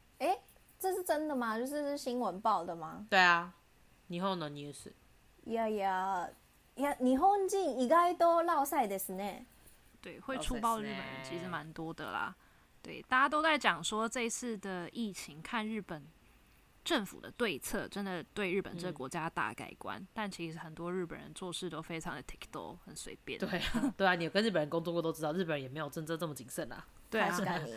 B: 这是真的吗？就是是新闻报的吗？
A: 对啊，以后呢你也是，
B: いやいやいや、日本人意外と落晒ですね。
C: 对，
B: 哦
C: 会出包日本
A: 哇塞
C: 人其实蛮多的啦。对，大家都在讲说这一次的疫情，看日本政府的对策，真的对日本这个
A: 嗯
C: 国家大改观。但其实很多日本人做事都非常的 t i k t o 很随便。
A: 对啊，对啊，你有跟日本人工作过都知道，日本人也没有真正这么谨慎啦。
C: 对啊，
B: 確かに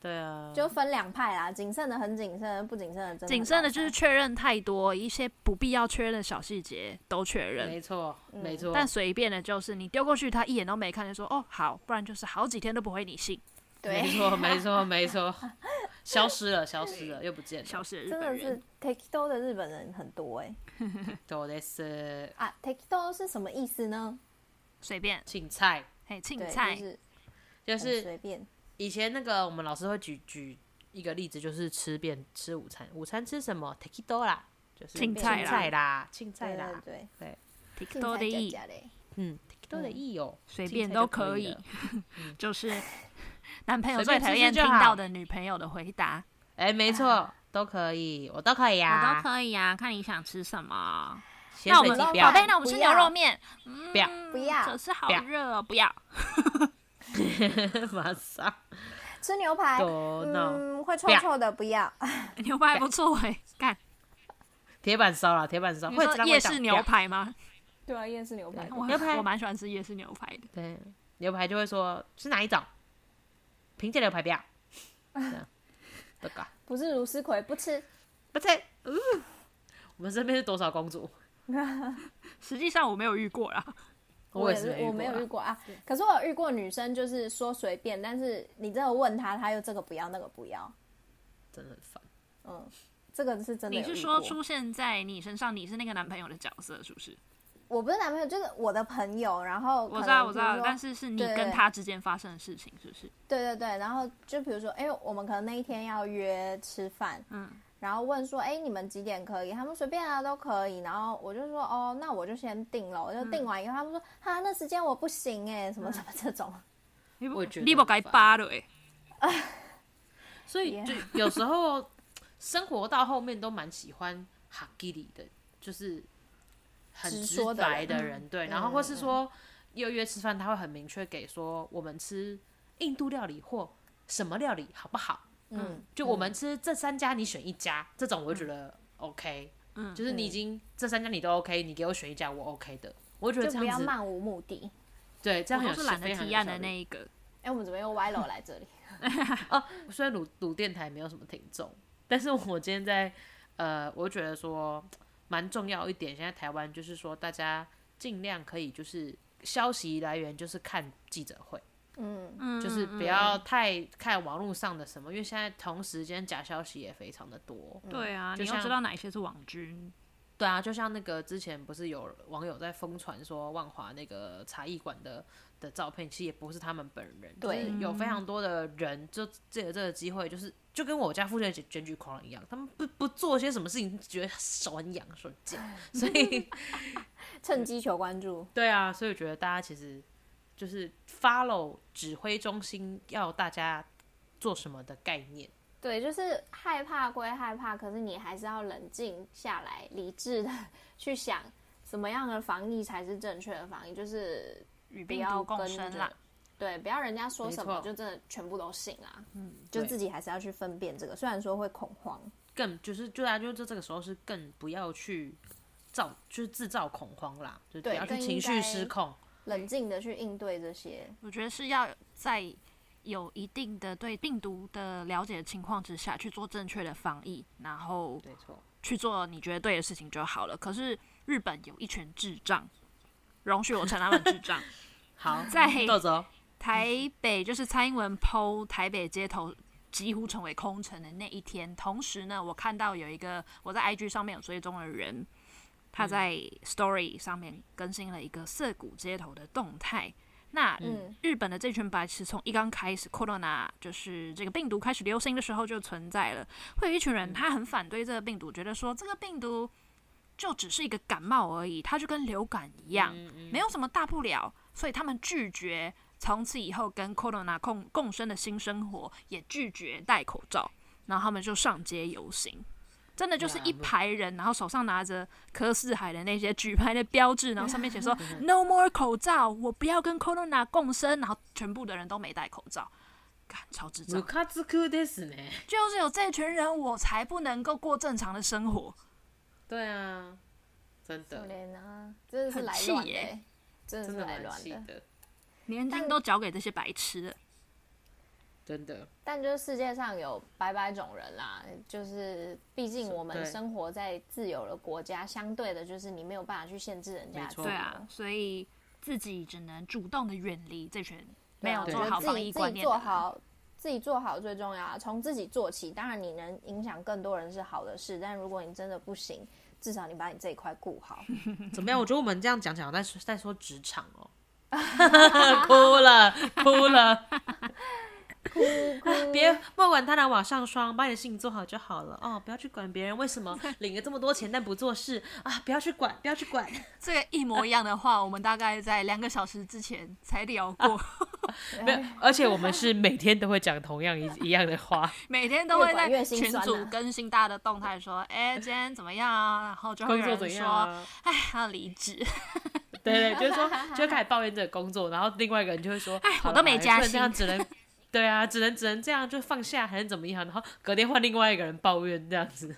A: 对啊，
B: 就分两派啦，谨慎的很谨慎，不谨慎的真的很
C: 谨慎的
B: 落
C: 就
B: 塞
C: 是确认太多，一些不必要确认的小细节都确认。
A: 没错，没错。
C: 嗯但随便的就是你丢过去，他一眼都没看就说哦好，不然就是好几天都不回你信，
A: 没
B: 对，
A: 错，没错，没错，消失了，消失了，又不见
C: 消
A: 了。
C: 失的日
B: 真
C: 本
B: 的
C: 人
B: 是 take do 的日本人很多哎、
A: 多的是
B: 啊，take do 是什么意思呢？
C: 随便
A: 青菜，
C: 嘿庆
B: 对，
C: 菜、
B: 就是
A: 就
B: 很
A: 是
B: 随便。
A: 以前那个我们老师会举举一个例子，就是吃便吃午餐，午餐吃什么 t a k i d o 啦，就是
C: 青
B: 菜啦
A: 青菜啦，青菜
B: 对
A: 啦，
B: 对对，
C: TikTok 的意
B: 假嘞，
A: 嗯 t a k i d o 的意哦，
C: 随
A: 青
C: 便
A: 菜
C: 都
A: 就可
C: 以嗯
A: 了，
C: 就是男朋友
A: 随
C: 最
A: 便
C: 讨
A: 吃
C: 厌
A: 吃就
C: 听
A: 好
C: 到的女朋友的回答，
A: 哎，没错，都可以，我都可以
C: 嗯
A: 呀，
C: 我都可以啊，看你想吃什么。
A: 咸
C: 那我
A: 水
C: 们
A: 鸡不
B: 不
C: 宝
A: 要
C: 贝，那我们吃
B: 不
C: 牛
B: 要
C: 肉面，
A: 不要，
C: 嗯
B: 不要
C: 可是好
A: 不要
C: 热哦，不要。嗯
A: 马上
B: 吃牛排，
A: 都 no，
B: 嗯，会臭
A: 不要
B: 臭的，不要。
C: 牛排还不错哎、干，
A: 铁板烧啦，铁板烧，
C: 你
A: 会
C: 说夜市牛，排吗？
B: 对啊，夜市牛排
C: 我
A: 牛排
C: 我蛮喜欢吃夜市牛排的。
A: 对，牛排就会说是哪一种，平价牛排不 要，这样，不啊搞，
B: 不是茹丝葵，不吃。
A: 不吃，嗯我们身边是多少公主？
C: 实际上我没有遇过啦，
A: 我
B: 也
A: 也是没遇
B: 我
A: 过
B: 没有
A: 啦
B: 遇过啊。可是我有遇过女生，就是说随便，但是你真的问她，她又这个不要那个不要，
A: 真的很烦。
B: 嗯，这个是真的
C: 你
B: 有遇过。
C: 是说出现在你身上，你是那个男朋友的角色，是不是？
B: 我不是男朋友，就是我的朋友，然后
C: 我
B: 可
C: 知道，
B: 能
C: 我知
B: 比如
C: 道，
B: 说
C: 但是是你
B: 对对
C: 跟
B: 对
C: 他之间发生的事情，是不是？
B: 对对对，然后就比如说，哎、我们可能那一天要约吃饭，
C: 嗯，
B: 然后问说，哎、你们几点可以？他们随便啊都可以。然后我就说，哦，那我就先定了。我就定完以后，他们说，哈，那时间我不行哎、什么什么这种。
C: 你不
A: 我觉得
C: 你不该扒了哎，
A: 所以
B: Yeah
A: 就有时候生活到后面都蛮喜欢哈基里的，就是很
B: 直
A: 直
B: 说的
A: 白
B: 人
A: 的人，对。然后或是说约约吃饭，他会很明确给说我们吃印度料理或什么料理好不好？
B: 嗯，
A: 就我们吃这三家，你选一家，这种我就觉得 OK。
C: 嗯
A: 就是你已经这三家你都 OK，你给我选一家我 OK 的，我觉得
B: 就
A: 这
B: 不
A: 样
B: 要
A: 子
B: 漫无目的。
A: 对，这
C: 我
A: 样有
C: 都是懒得
A: 非常
C: 提
A: 有
C: 案
A: 效
C: 的
A: 率
C: 那一个。
B: 哎、我们怎么又歪楼来这里？
A: 哦，虽然鲁鲁电台没有什么听众，但是我今天在呃，我觉得说蛮重要一点，现在台湾就是说大家尽量可以就是消息来源就是看记者会，
B: 嗯，
C: 嗯，
A: 就是不要太看网络上的什么，因为现在同时间假消息也非常的多。
C: 对啊，
A: 就
C: 你要
A: 像
C: 知道哪一些是网军，
A: 对啊，就像那个之前不是有网友在疯传说万华那个茶艺馆的的照片，其实也不是他们本人，
B: 对
A: 就是有非常多的人就借着这个机会，就是就跟我家附近的检检举狂人一样，他们不不做些什么事情，觉得手很痒，手很贱，所以
B: 趁机求关注。
A: 对啊，所以我觉得大家其实就是 follow 指挥中心要大家做什么的概念，
B: 对，就是害怕归害怕，可是你还是要冷静下来，理智的 去想什么样的防疫才是正确的防疫，就是
C: 与
B: 不
C: 病
B: 要
C: 毒共
B: 跟
C: 生
B: 着
C: 啦。
B: 对，不要人家说
A: 没
B: 什么
A: 错
B: 就真的全部都信啊，嗯，就
A: 对
B: 自己还是要去分辨这个，虽然说会恐慌，
A: 更就是就大家就这这个时候是更不要去造，就是制造恐慌啦，就是不
B: 对
A: 要去
B: 更
A: 情
B: 应
A: 绪
B: 该
A: 失控。
B: 冷静的去应对这些，
C: 我觉得是要在有一定的对病毒的了解的情况之下去做正确的防疫，然后
A: 没错，
C: 去做你觉得对的事情就好了。可是日本有一群智障，容许我称他们智 障，
A: 好，
C: 在
A: 豆子哦，
C: 台北就是蔡英文剖台北街头几乎成为空城的那一天，同时呢，我看到有一个我在 IG 上面有追踪的人，他在 Story 上面更新了一个涩谷街头的动态。那
B: 嗯
C: 日本的这群白痴从一刚开始 corona 就是这个病毒开始流行的时候就存在了，会有一群人他很反对这个病毒，觉得说这个病毒就只是一个感冒而已，它就跟流感一样，没有什么大不了，所以他们拒绝从此以后跟 corona 共共生的新生活，也拒绝戴口罩，然后他们就上街游行。真的就是一排人，然后手上拿着科四海的那些举牌的标志，然后上面写说 “No more 口罩”，我不要跟 corona 共生，然后全部的人都没戴口罩，干超智障
A: 鲁。卡兹库德斯呢？
C: 就是有这群人，我才不能够过正常的生活。
A: 对啊，真的，
B: 可怜啊，真的是
C: 很
B: 来
C: 气
B: 乱的
C: 耶
B: 欸，真的
A: 真
B: 是
A: 的
B: 来
A: 蛮
B: 乱
A: 气
B: 的。
A: 的，
C: 年
B: 但
C: 金都交给这些白痴了。
A: 真的，
B: 但就是世界上有百百种人啦，就是毕竟我们
A: 对
B: 生活在自由的国家，相对的，就是你没有办法去限制人家
A: 没
B: 的自
A: 错
B: 由。
C: 对啊，所以自己只能主动的远离这群没
B: 对啊
C: 有
B: 我觉
C: 做
B: 得
C: 好
B: 自
C: 防疫
B: 己
C: 观
B: 自己
C: 念的
B: 做
C: 人。
B: 好，自己做好最重要啊，从自己做起。当然，你能影响更多人是好的事，但如果你真的不行，至少你把你这一块顾好。
A: 怎么样？我觉得我们这样讲讲，在说在说职场 哦。哭了，哭了！
B: 哭哭，
A: 别莫管他来瓦上霜，把你的事情做好就好了哦，不要去管别人为什么领了这么多钱但不做事啊！不要去管，不要去管。
C: 这个一模一样的话，我们大概在两个小时之前才聊过，
A: 没有，而且我们是每天都会讲同样一一样的 话，
C: 每天都会
B: 越管
C: 在
B: 越心
C: 群
B: 酸
C: 组
B: 啊
C: 更新大家的动态，说：“哎、今天怎么样啊？”然后就会
A: 工
C: 有
A: 作怎
C: 人
A: 样
C: 说
A: 啊？：“
C: 哎，要离职。
A: 对对，就是说，就会开始抱怨这个工作，然后另外一个人就会 说：“哎
C: 我都没加
A: 这样只
C: 薪
A: 能，对啊，只能只能这样，就放下还是怎么样？”然后隔天换另外一个人抱怨这样子，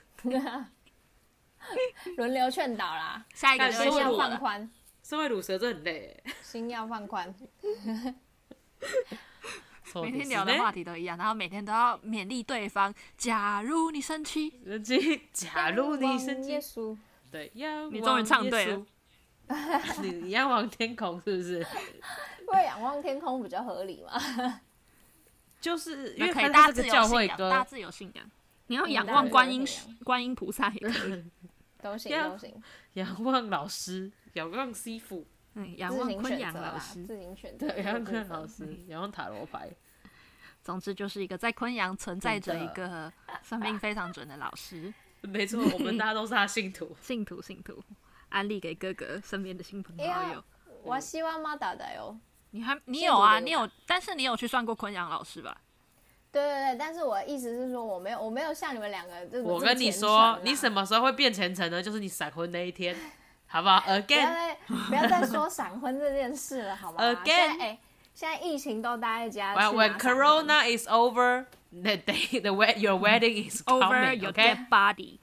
B: 轮流劝导啦，”
C: 下一个
A: 感
C: 就
A: 谢
C: 会
B: 心
A: 我
C: 是
B: 要
C: 我
B: 放
C: 了。
B: 宽，
A: 身为乳蛇真的很累耶。
B: 心要放宽。
A: そう
C: 每
A: ですね
C: 天聊的 话，题都一样，然后每天都要勉励对方。假如你生气，
A: 人机假如你生
B: 耶
A: 气，
B: 稣，
A: 对，仰望
C: 你终于唱对了
A: 耶稣。 你你仰望天空是不是？
B: 因为仰望天空比较合理嘛。
A: 就是因
C: 那
A: 为
C: 可
A: 它
C: 以，
A: 是
C: 大家
A: 这
C: 自
A: 个
C: 由
A: 教
C: 信
A: 会
C: 仰，
A: 歌，
C: 大家自由信仰。你要
B: 嗯
C: 仰
B: 大
C: 望
B: 家
C: 观
B: 自由
C: 音
B: 信仰
C: 观音菩萨也可以，
B: 都行
A: Yeah
B: 都行，
C: 啊
A: 仰望老师，仰望师傅，
C: 嗯，仰
B: 自
C: 望
B: 行
C: 昆
B: 选
C: 阳
B: 择
C: 老
B: 啦，
C: 师。
B: 自行选择
A: 对
B: 这个部分。
A: 仰望昆老师，仰望塔罗牌。
C: 总之就是一个在昆阳存在着
A: 真
C: 一
A: 的
C: 个算命非常准的老师，
A: 没错，我们大家都是他信徒。
C: 信徒信徒，安利给哥哥身边的亲朋
B: 哎呀
C: 好友。
B: 我希望马达的哟。
C: 你还你
B: 信
C: 有
B: 徒
C: 啊？
B: 的
C: 你
B: 有
C: 有，但是你有去算过昆阳老师吧？
B: 对对对，但是我的意思是说，我没有，我没有像你们两个这 么
A: 我跟你说，你什？么时候会变虔诚呢？就是你闪婚那一天，好不 好
B: 这么
A: ？Again，呃
B: 虔诚啦不要再不要再说闪婚这件事了，好吗
A: Again
B: 现在哎，现在疫情都待在家。
A: when
B: 去
A: when
B: 哪闪婚
A: Corona is over, the day the wed your wedding is
C: Over
A: coming.
C: your
A: OK，
C: dead body，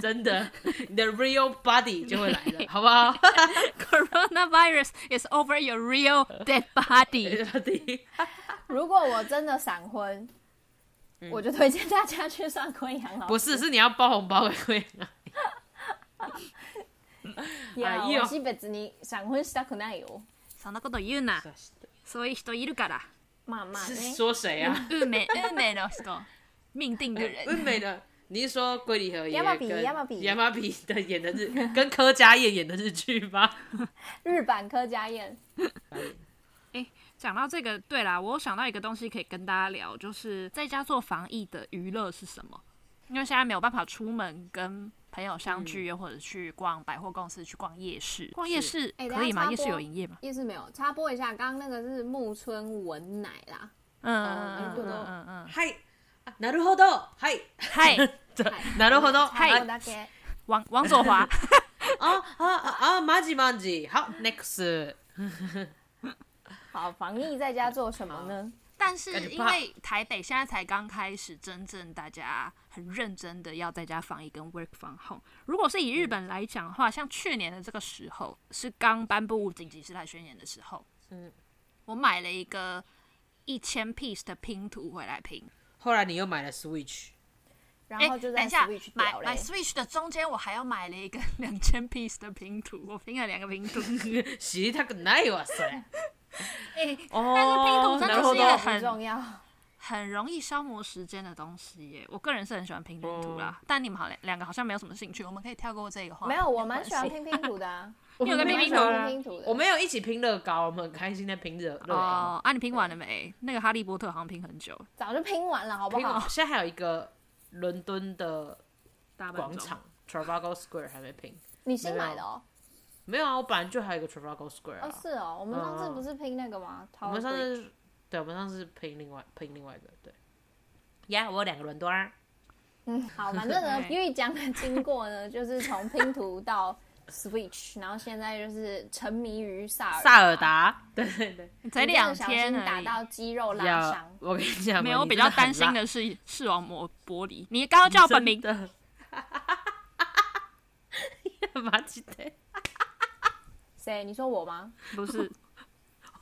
A: 真的，你的 real body 就会来了，好不好
C: coronavirus is over your real dead body。
A: ？Body，
B: 如果我真的闪婚，
A: 嗯
B: 我就推荐大家去上昆阳老师。
A: 不是，是你要包红包给 会员。
B: 呀，
A: 哎呦
B: 我是別に闪婚したくないよ。
C: そんなこと言うな。そういう人いるから。
B: まあまあ
A: 是
B: ね。
A: 说谁啊？
C: 運命運命の人，命定的人。
A: 运美的你是说龟梨和也跟
B: 山比山比
A: 亚麻比的演的日跟柯佳燕演的日剧吗？
B: 日版柯佳燕，
C: 讲到这个，对啦，我有想到一个东西可以跟大家聊，就是在家做防疫的娱乐是什么？因为现在没有办法出门跟朋友相聚，又或者去逛百货公司、去逛夜市。逛夜市
B: 哎
C: 可以
B: 等一下
C: 吗？
B: 插播
C: 夜市有营业吗？
B: 意思没有。插播一下，刚刚那个是木村文乃啦，
C: 嗯
A: 哦なる
C: 嗯嗯
A: ほど
C: 嗯嗯 嗯。
A: 嗨，啊なるほど，嗨，
C: 嗨，
A: なるほど，
C: 嗨
A: はい
B: 大概
C: 王王左华，
A: 啊啊啊啊！マジマジ，好，next，
B: 好，防疫在家做什么呢？
C: 但
A: 感
C: 是
A: 觉不
C: 因
A: 好
C: 为台北现在才刚开始，真正大家很认真的要在家防疫跟 work from home。如果是以
B: 嗯
C: 日本来讲的话，像去年的这个时候是刚颁布紧急事态宣言的时候，
A: 嗯，
C: 我买了一个一千 piece 的拼图回来拼，
A: 后来你又买了 Switch，
B: 然
C: 哎，
B: 后就
C: 等
B: 在
C: 一下
B: Switch
C: 买
B: 掉嘞
C: 买。Switch 的中间，我还要买了一个 两千 piece 的拼图，我拼了两个拼 图，
A: 知りたくないわそれ。
C: 哎、但是拼
A: 哦
C: 图，真
A: なる
C: 的
A: ほ
C: 是一个
A: ど。
B: 很
C: 很
B: 重要，
C: 很容易消磨时间的东西耶。我个人是很喜欢拼拼图啦，但你们好像两个好像没有什么兴趣，我们可以跳过这个话题。
B: 没有，我蛮
C: 关系
B: 喜欢拼拼图的啊。
A: 我
C: 你有在拼
A: 们
C: 拼
A: 没有
C: 图
A: 啊
B: 拼图的
A: 我没有一起拼乐高，我们很开心在拼乐乐高。
C: 哦，啊，你拼完了没？那个哈利波特好像拼很久，
B: 早就拼完了，好不
A: 拼了
B: 好？
A: 现在还有一个伦敦的
C: 大半
A: 广
C: 钟。
A: 场 Trafalgar Square 还没拼。
B: 你新买的哦？
A: 没有啊，我本来就还有一个 Trafalgar Square
B: 哦，
A: 啊。
B: 是哦，我们上次不是拼那个吗？
A: 我们上次对，我们上次拼另外拼另外一个对。呀，我有两个伦敦啊。
B: 嗯，好，反正呢，
C: 对
B: 因为讲的经过呢，就是从拼图到 Switch，然后 现在就是沉迷于萨尔
A: 萨尔，达，对对对，
C: 才两天
B: 你不哎小
C: 而
B: 心
C: 已。
B: 打到肌肉拉
A: 要
B: 伤，
A: 我跟你讲，
C: 没有，我
A: 你
C: 比
A: 真
C: 较
A: 很
C: 担心
A: 烂
C: 的是视网膜剥离。你刚刚叫我本名，
A: 的。 マジで
B: 谁？你说我吗？
C: 不是？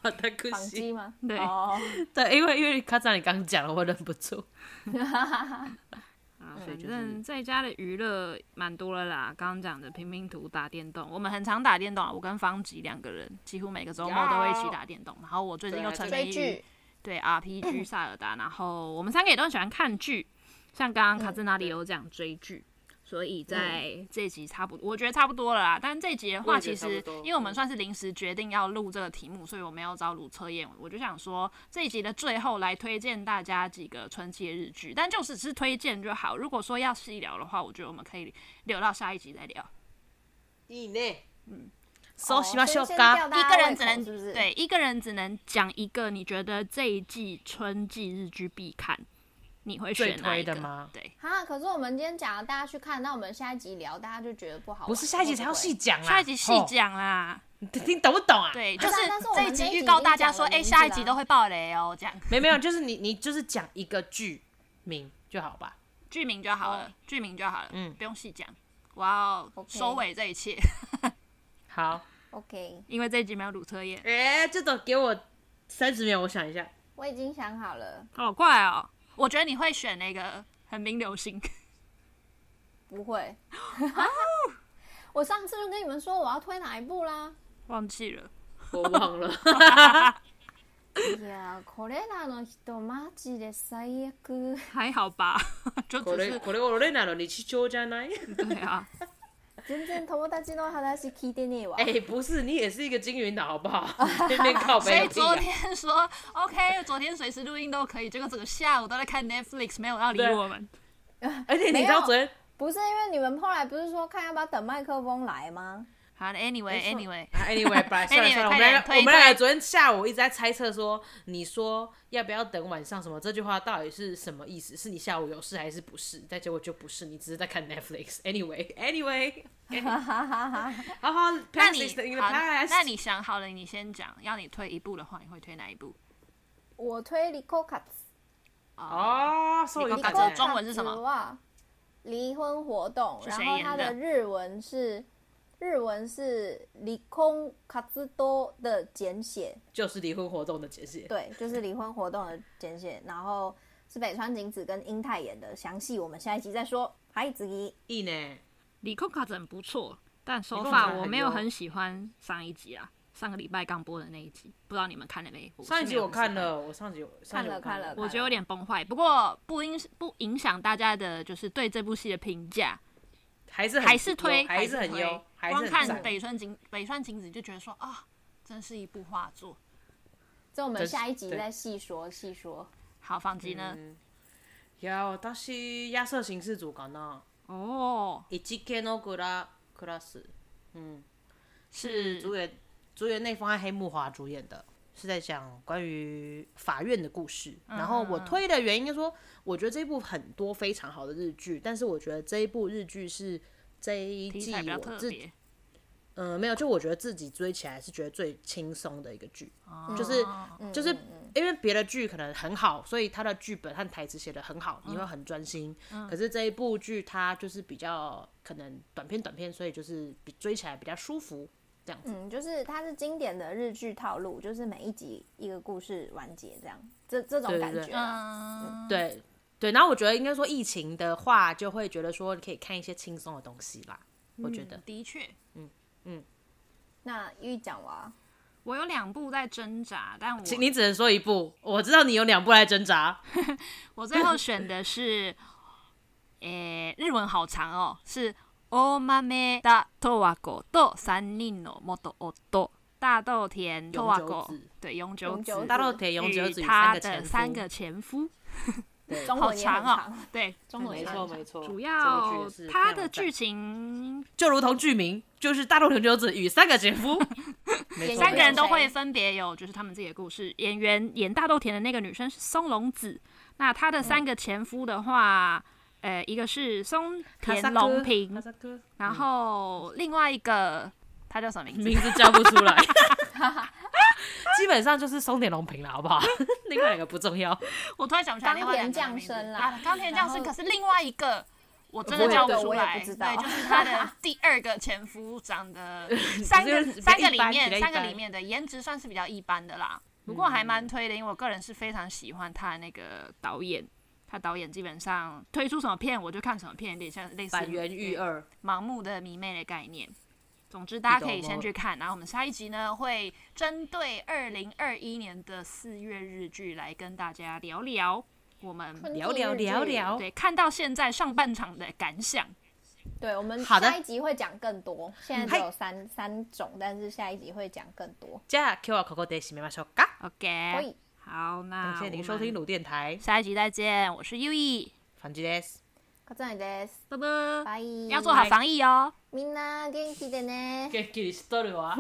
B: 绑
A: 私
B: 机吗？
C: 对
B: 哦，
A: 对，因为因为卡扎你刚刚讲了，我忍不住。
C: 啊，
A: 所以
C: 反
A: 就是
C: 正在家的娱乐蛮多了啦。刚刚讲的拼拼图、打电动，我们很常打电动啊。我跟方吉两个人几乎每个周末都会一起打电动。然后我最近
A: 对啊
C: 又沉迷
B: 追
C: 于
B: 剧，
C: 对 RPG 萨尔达，然后我们三个也都很喜欢看剧，像刚刚卡兹那里有讲追剧，所以在这集差不多，我觉得差不多了啦。但这集的
A: 我
C: 话，
A: 也觉
C: 其
A: 得
C: 实
A: 差不多嗯
C: 因为我们算是临时决定要录这个题目，所以我没有找鲁测验，我就想说这一集的最后来推荐大家几个春季的日剧，但就只是推荐就好。如果说要细聊的话，我觉得我们可以留到下一集再聊。
A: いいね。
B: 哦
A: そうしましょう
B: 先先
A: か
B: 吊。大
C: 一
B: 家
C: 个人
B: 胃
C: 只
B: 口
C: 能
B: 是不是？，
C: 对一个人只能讲一个你觉得这一季春季日剧必看，你会选哪
A: 最推
C: 一个
A: 的吗
C: 对，
B: 哈，可是我们今天讲了，大家去看，那我们下一集聊，大家就觉得不好玩。
A: 不是下一集才要
B: 会不会
A: 细讲啊，
C: 下一集细讲
A: 哦。
C: 啦。
A: 你你懂不懂啊？，
C: 对，
B: 不
C: 就是
B: 啊但是我
C: 这
B: 们
C: 一
B: 这一
C: 集
B: 集
C: 预告大家说，
B: 已经
C: 哎，
B: 讲
C: 下
B: 名
C: 一
B: 字
C: 集
B: 啦
C: 都会爆雷哦，这样
A: 没没有，就是你你就是讲一个剧名就好吧。
C: 剧名就好了，剧名就好了，
A: 嗯
C: 不用细讲。我要
B: 哦 OK
C: 收尾这一切，
A: 好，
B: OK，
C: 因为这一集没有鲁测验，
A: 哎，这种给我三十秒，我想一下。
B: 我已经想好了，
C: 好快哦！我觉得你会选那个横滨流星，
B: 不会。
C: 哦
B: 我上次就跟你们说我要推哪一部啦。
C: 忘记了。
A: 我忘 了。
B: いやーこれらの人マジで最悪
C: 还好吧， 就
A: こ
C: 只
A: れ
C: 是
A: これ俺らの日常じゃない？
C: 对啊，
B: 全然友達の話聞いてねえわ
A: 哎、不是，你也是一个金鱼脑，好不 好？那边 靠
C: 所
A: 北
C: 以
A: 有屁
C: 昨
A: 啊！
C: 天说 OK，昨天随时录音都可以，结果整个下午都在看 Netflix，没有要理我们。
A: 而且你知道昨天
B: 不是因为你们后来不是说看要不要等麦克风来吗？
C: 好
A: 没错
C: ，Anyway，Anyway，
A: 啊，anyway，拜， 算了
C: Anyway，
A: 算了，我们
C: 快点
A: 两个
C: 推
A: 我们两
C: 推
A: 个昨天下午一直在猜测说，你说要不要等晚上什么这句话到底是什么意思？是你下午有事还是不是？但结果就不是，你只是在看 Netflix。Anyway，Anyway，好好
C: 那
A: ，past
C: 你
A: is in the
C: 好，
A: past。
C: 那你想好了，你先讲。要你推一部的话，你会推哪一部？
B: 我推リコカツ，
A: 哦，所以
C: 你
A: 有
C: 刚
B: リ
C: 刚
A: 感觉
C: 讲中文是什么
B: 哇，啊离婚活动，
C: 是
B: 然
C: 谁
B: 后
C: 演
B: 它
C: 的
B: 的日文是日文是离婚活動的简写，
A: 就是离婚活动的解释。
B: 对，就是离婚活动的简写，然后是北川景子跟英泰演的，详细我们下一集再说。嗨，子怡，
A: 意 E 呢？
C: 理控卡整不错，但手
A: 理工
C: 法
A: 卡
C: 我
A: 很
C: 没有
A: 优
C: 很喜欢上一集啊。上个礼拜刚播的那一集，不知道你们看了没？是
A: 上一集
C: 没有
A: 我看
C: 很喜欢，
A: 了，我上集上集我
B: 看了看了
C: 我觉得有点崩坏，不过不影不影响大家的，就是对这部戏的评价，
A: 还是很
C: 还是推，
A: 优还
C: 是
A: 是很
C: 推
A: 优，还
C: 光
A: 是很
C: 看
A: 赞。
C: 北川景北川景子就觉得说啊、真是一部画作。
B: 这我们
A: 真是
B: 下一集
A: 对
B: 再细说细说。
C: 好，放鸡呢？
A: 嗯有私野草新世族かな。
C: 哦，
A: 一系のグラクラス
C: 是
A: 主演主演内丰和黑木华主演的，是在讲关于法院的故事。
C: 嗯
A: 然后我推的原因就是说，我觉得这一部很多非常好的日剧，但是我觉得这一部日剧是这一
C: 题
A: 季
C: 材比较
A: 我
C: 特
A: 自
C: 别，
A: 嗯、没有，就我觉得自己追起来是觉得最轻松的一个剧，就是
C: 哦
B: 嗯
C: 嗯
A: 就是因为别的剧可能很好，所以它的剧本和台词写的很好，你会很专心。
C: 嗯
A: 可是这一部剧它就是比较可能短片短片，所以就是比追起来比较舒服这样子。
B: 嗯，就是它是经典的日剧套路，就是每一集一个故事完结这样，这这种
A: 对
B: 感
A: 对
B: 觉
A: 对
B: 啊。
C: 嗯，
A: 对对，然后我觉得应该说疫情的话，就会觉得说你可以看一些轻松的东西啦。我觉得，
C: 的确，
B: 那玉讲完，
C: 我有两部在挣扎，但我
A: 请你只能说一部，我知道你有两部来挣扎。
C: 我最后选的是，诶、日文好长哦，是お豆だとわごと三人の元夫大豆田とわ
A: 永久
C: ご
A: 子，
C: 对永久
B: 永久
C: 子
B: 子
A: 大豆田永久
C: 与
A: 子与
C: 他
A: 三个
C: 的
A: 前夫，
C: 三个前夫，
A: 对
B: 中
C: 好
B: 文也很
C: 长哦，对，
B: 中文
A: 没
B: 也很
A: 错
B: 长
A: 没错，
C: 主
A: 这部
C: 要
A: 剧也是
C: 他
A: 非常
C: 的剧
A: 赞
C: 情
A: 就如同剧名，就是大豆田久子与三个前夫，没
B: 演
A: 错
C: 三
B: 员
C: 个人都会分别有就是他们自己的故事。演员演大豆田的那个女生是松隆子，那她
A: 嗯
C: 的三个前夫的话，呃，一个是松田龙平，
A: 嗯
C: 然后另外一个他叫什么名字？
A: 名字叫不 出来，基本上就是松田龙平了，好不 好？另外两个不重要，
C: 我突然想不起来另外两个人的名字
B: 钢铁降生啦
C: 啊钢铁降生，
B: 然后
C: 可是另外一个。我真的叫不出
B: 我也
C: 来，
B: 不知道
C: 对，就是他的第二个前夫长 得三个
A: 就是比较
C: 三个
A: 一
C: 里
A: 般比较
C: 面
A: 一
C: 三个
A: 般嗯
C: 里面的颜值算是比较一般的啦，不过还蛮推的，因为我个人是非常喜欢他的那个导演，他导演基本上推出什么片我就看什么片，有点像类似
A: 板垣育二，
C: 盲目的迷妹的概念。总之，大家可以先去看，然后我们下一集呢会针对二零二一年的四月日剧来跟大家聊聊我们
B: 春季
A: 聊聊
B: 日剧
A: 聊聊，
C: 对看到现在上半场的感想。
B: 对，我们
A: 好的嗯
B: 下一集会讲更多。现在只有三三种，但是下一集会讲更多。
A: じゃあ今日はここで締めましょうか。
B: 可
C: OK，
B: 以，
C: 好，那
A: 感谢您
C: 我
A: 收
C: 们
A: 听鲁电台，
C: 下一集再见，我是 U E，
A: 反击です。
B: こちらです。
C: 拜拜，
B: 拜。
C: 要做好防疫哦。
B: みんな元気でね。
A: 元気にしとるわ。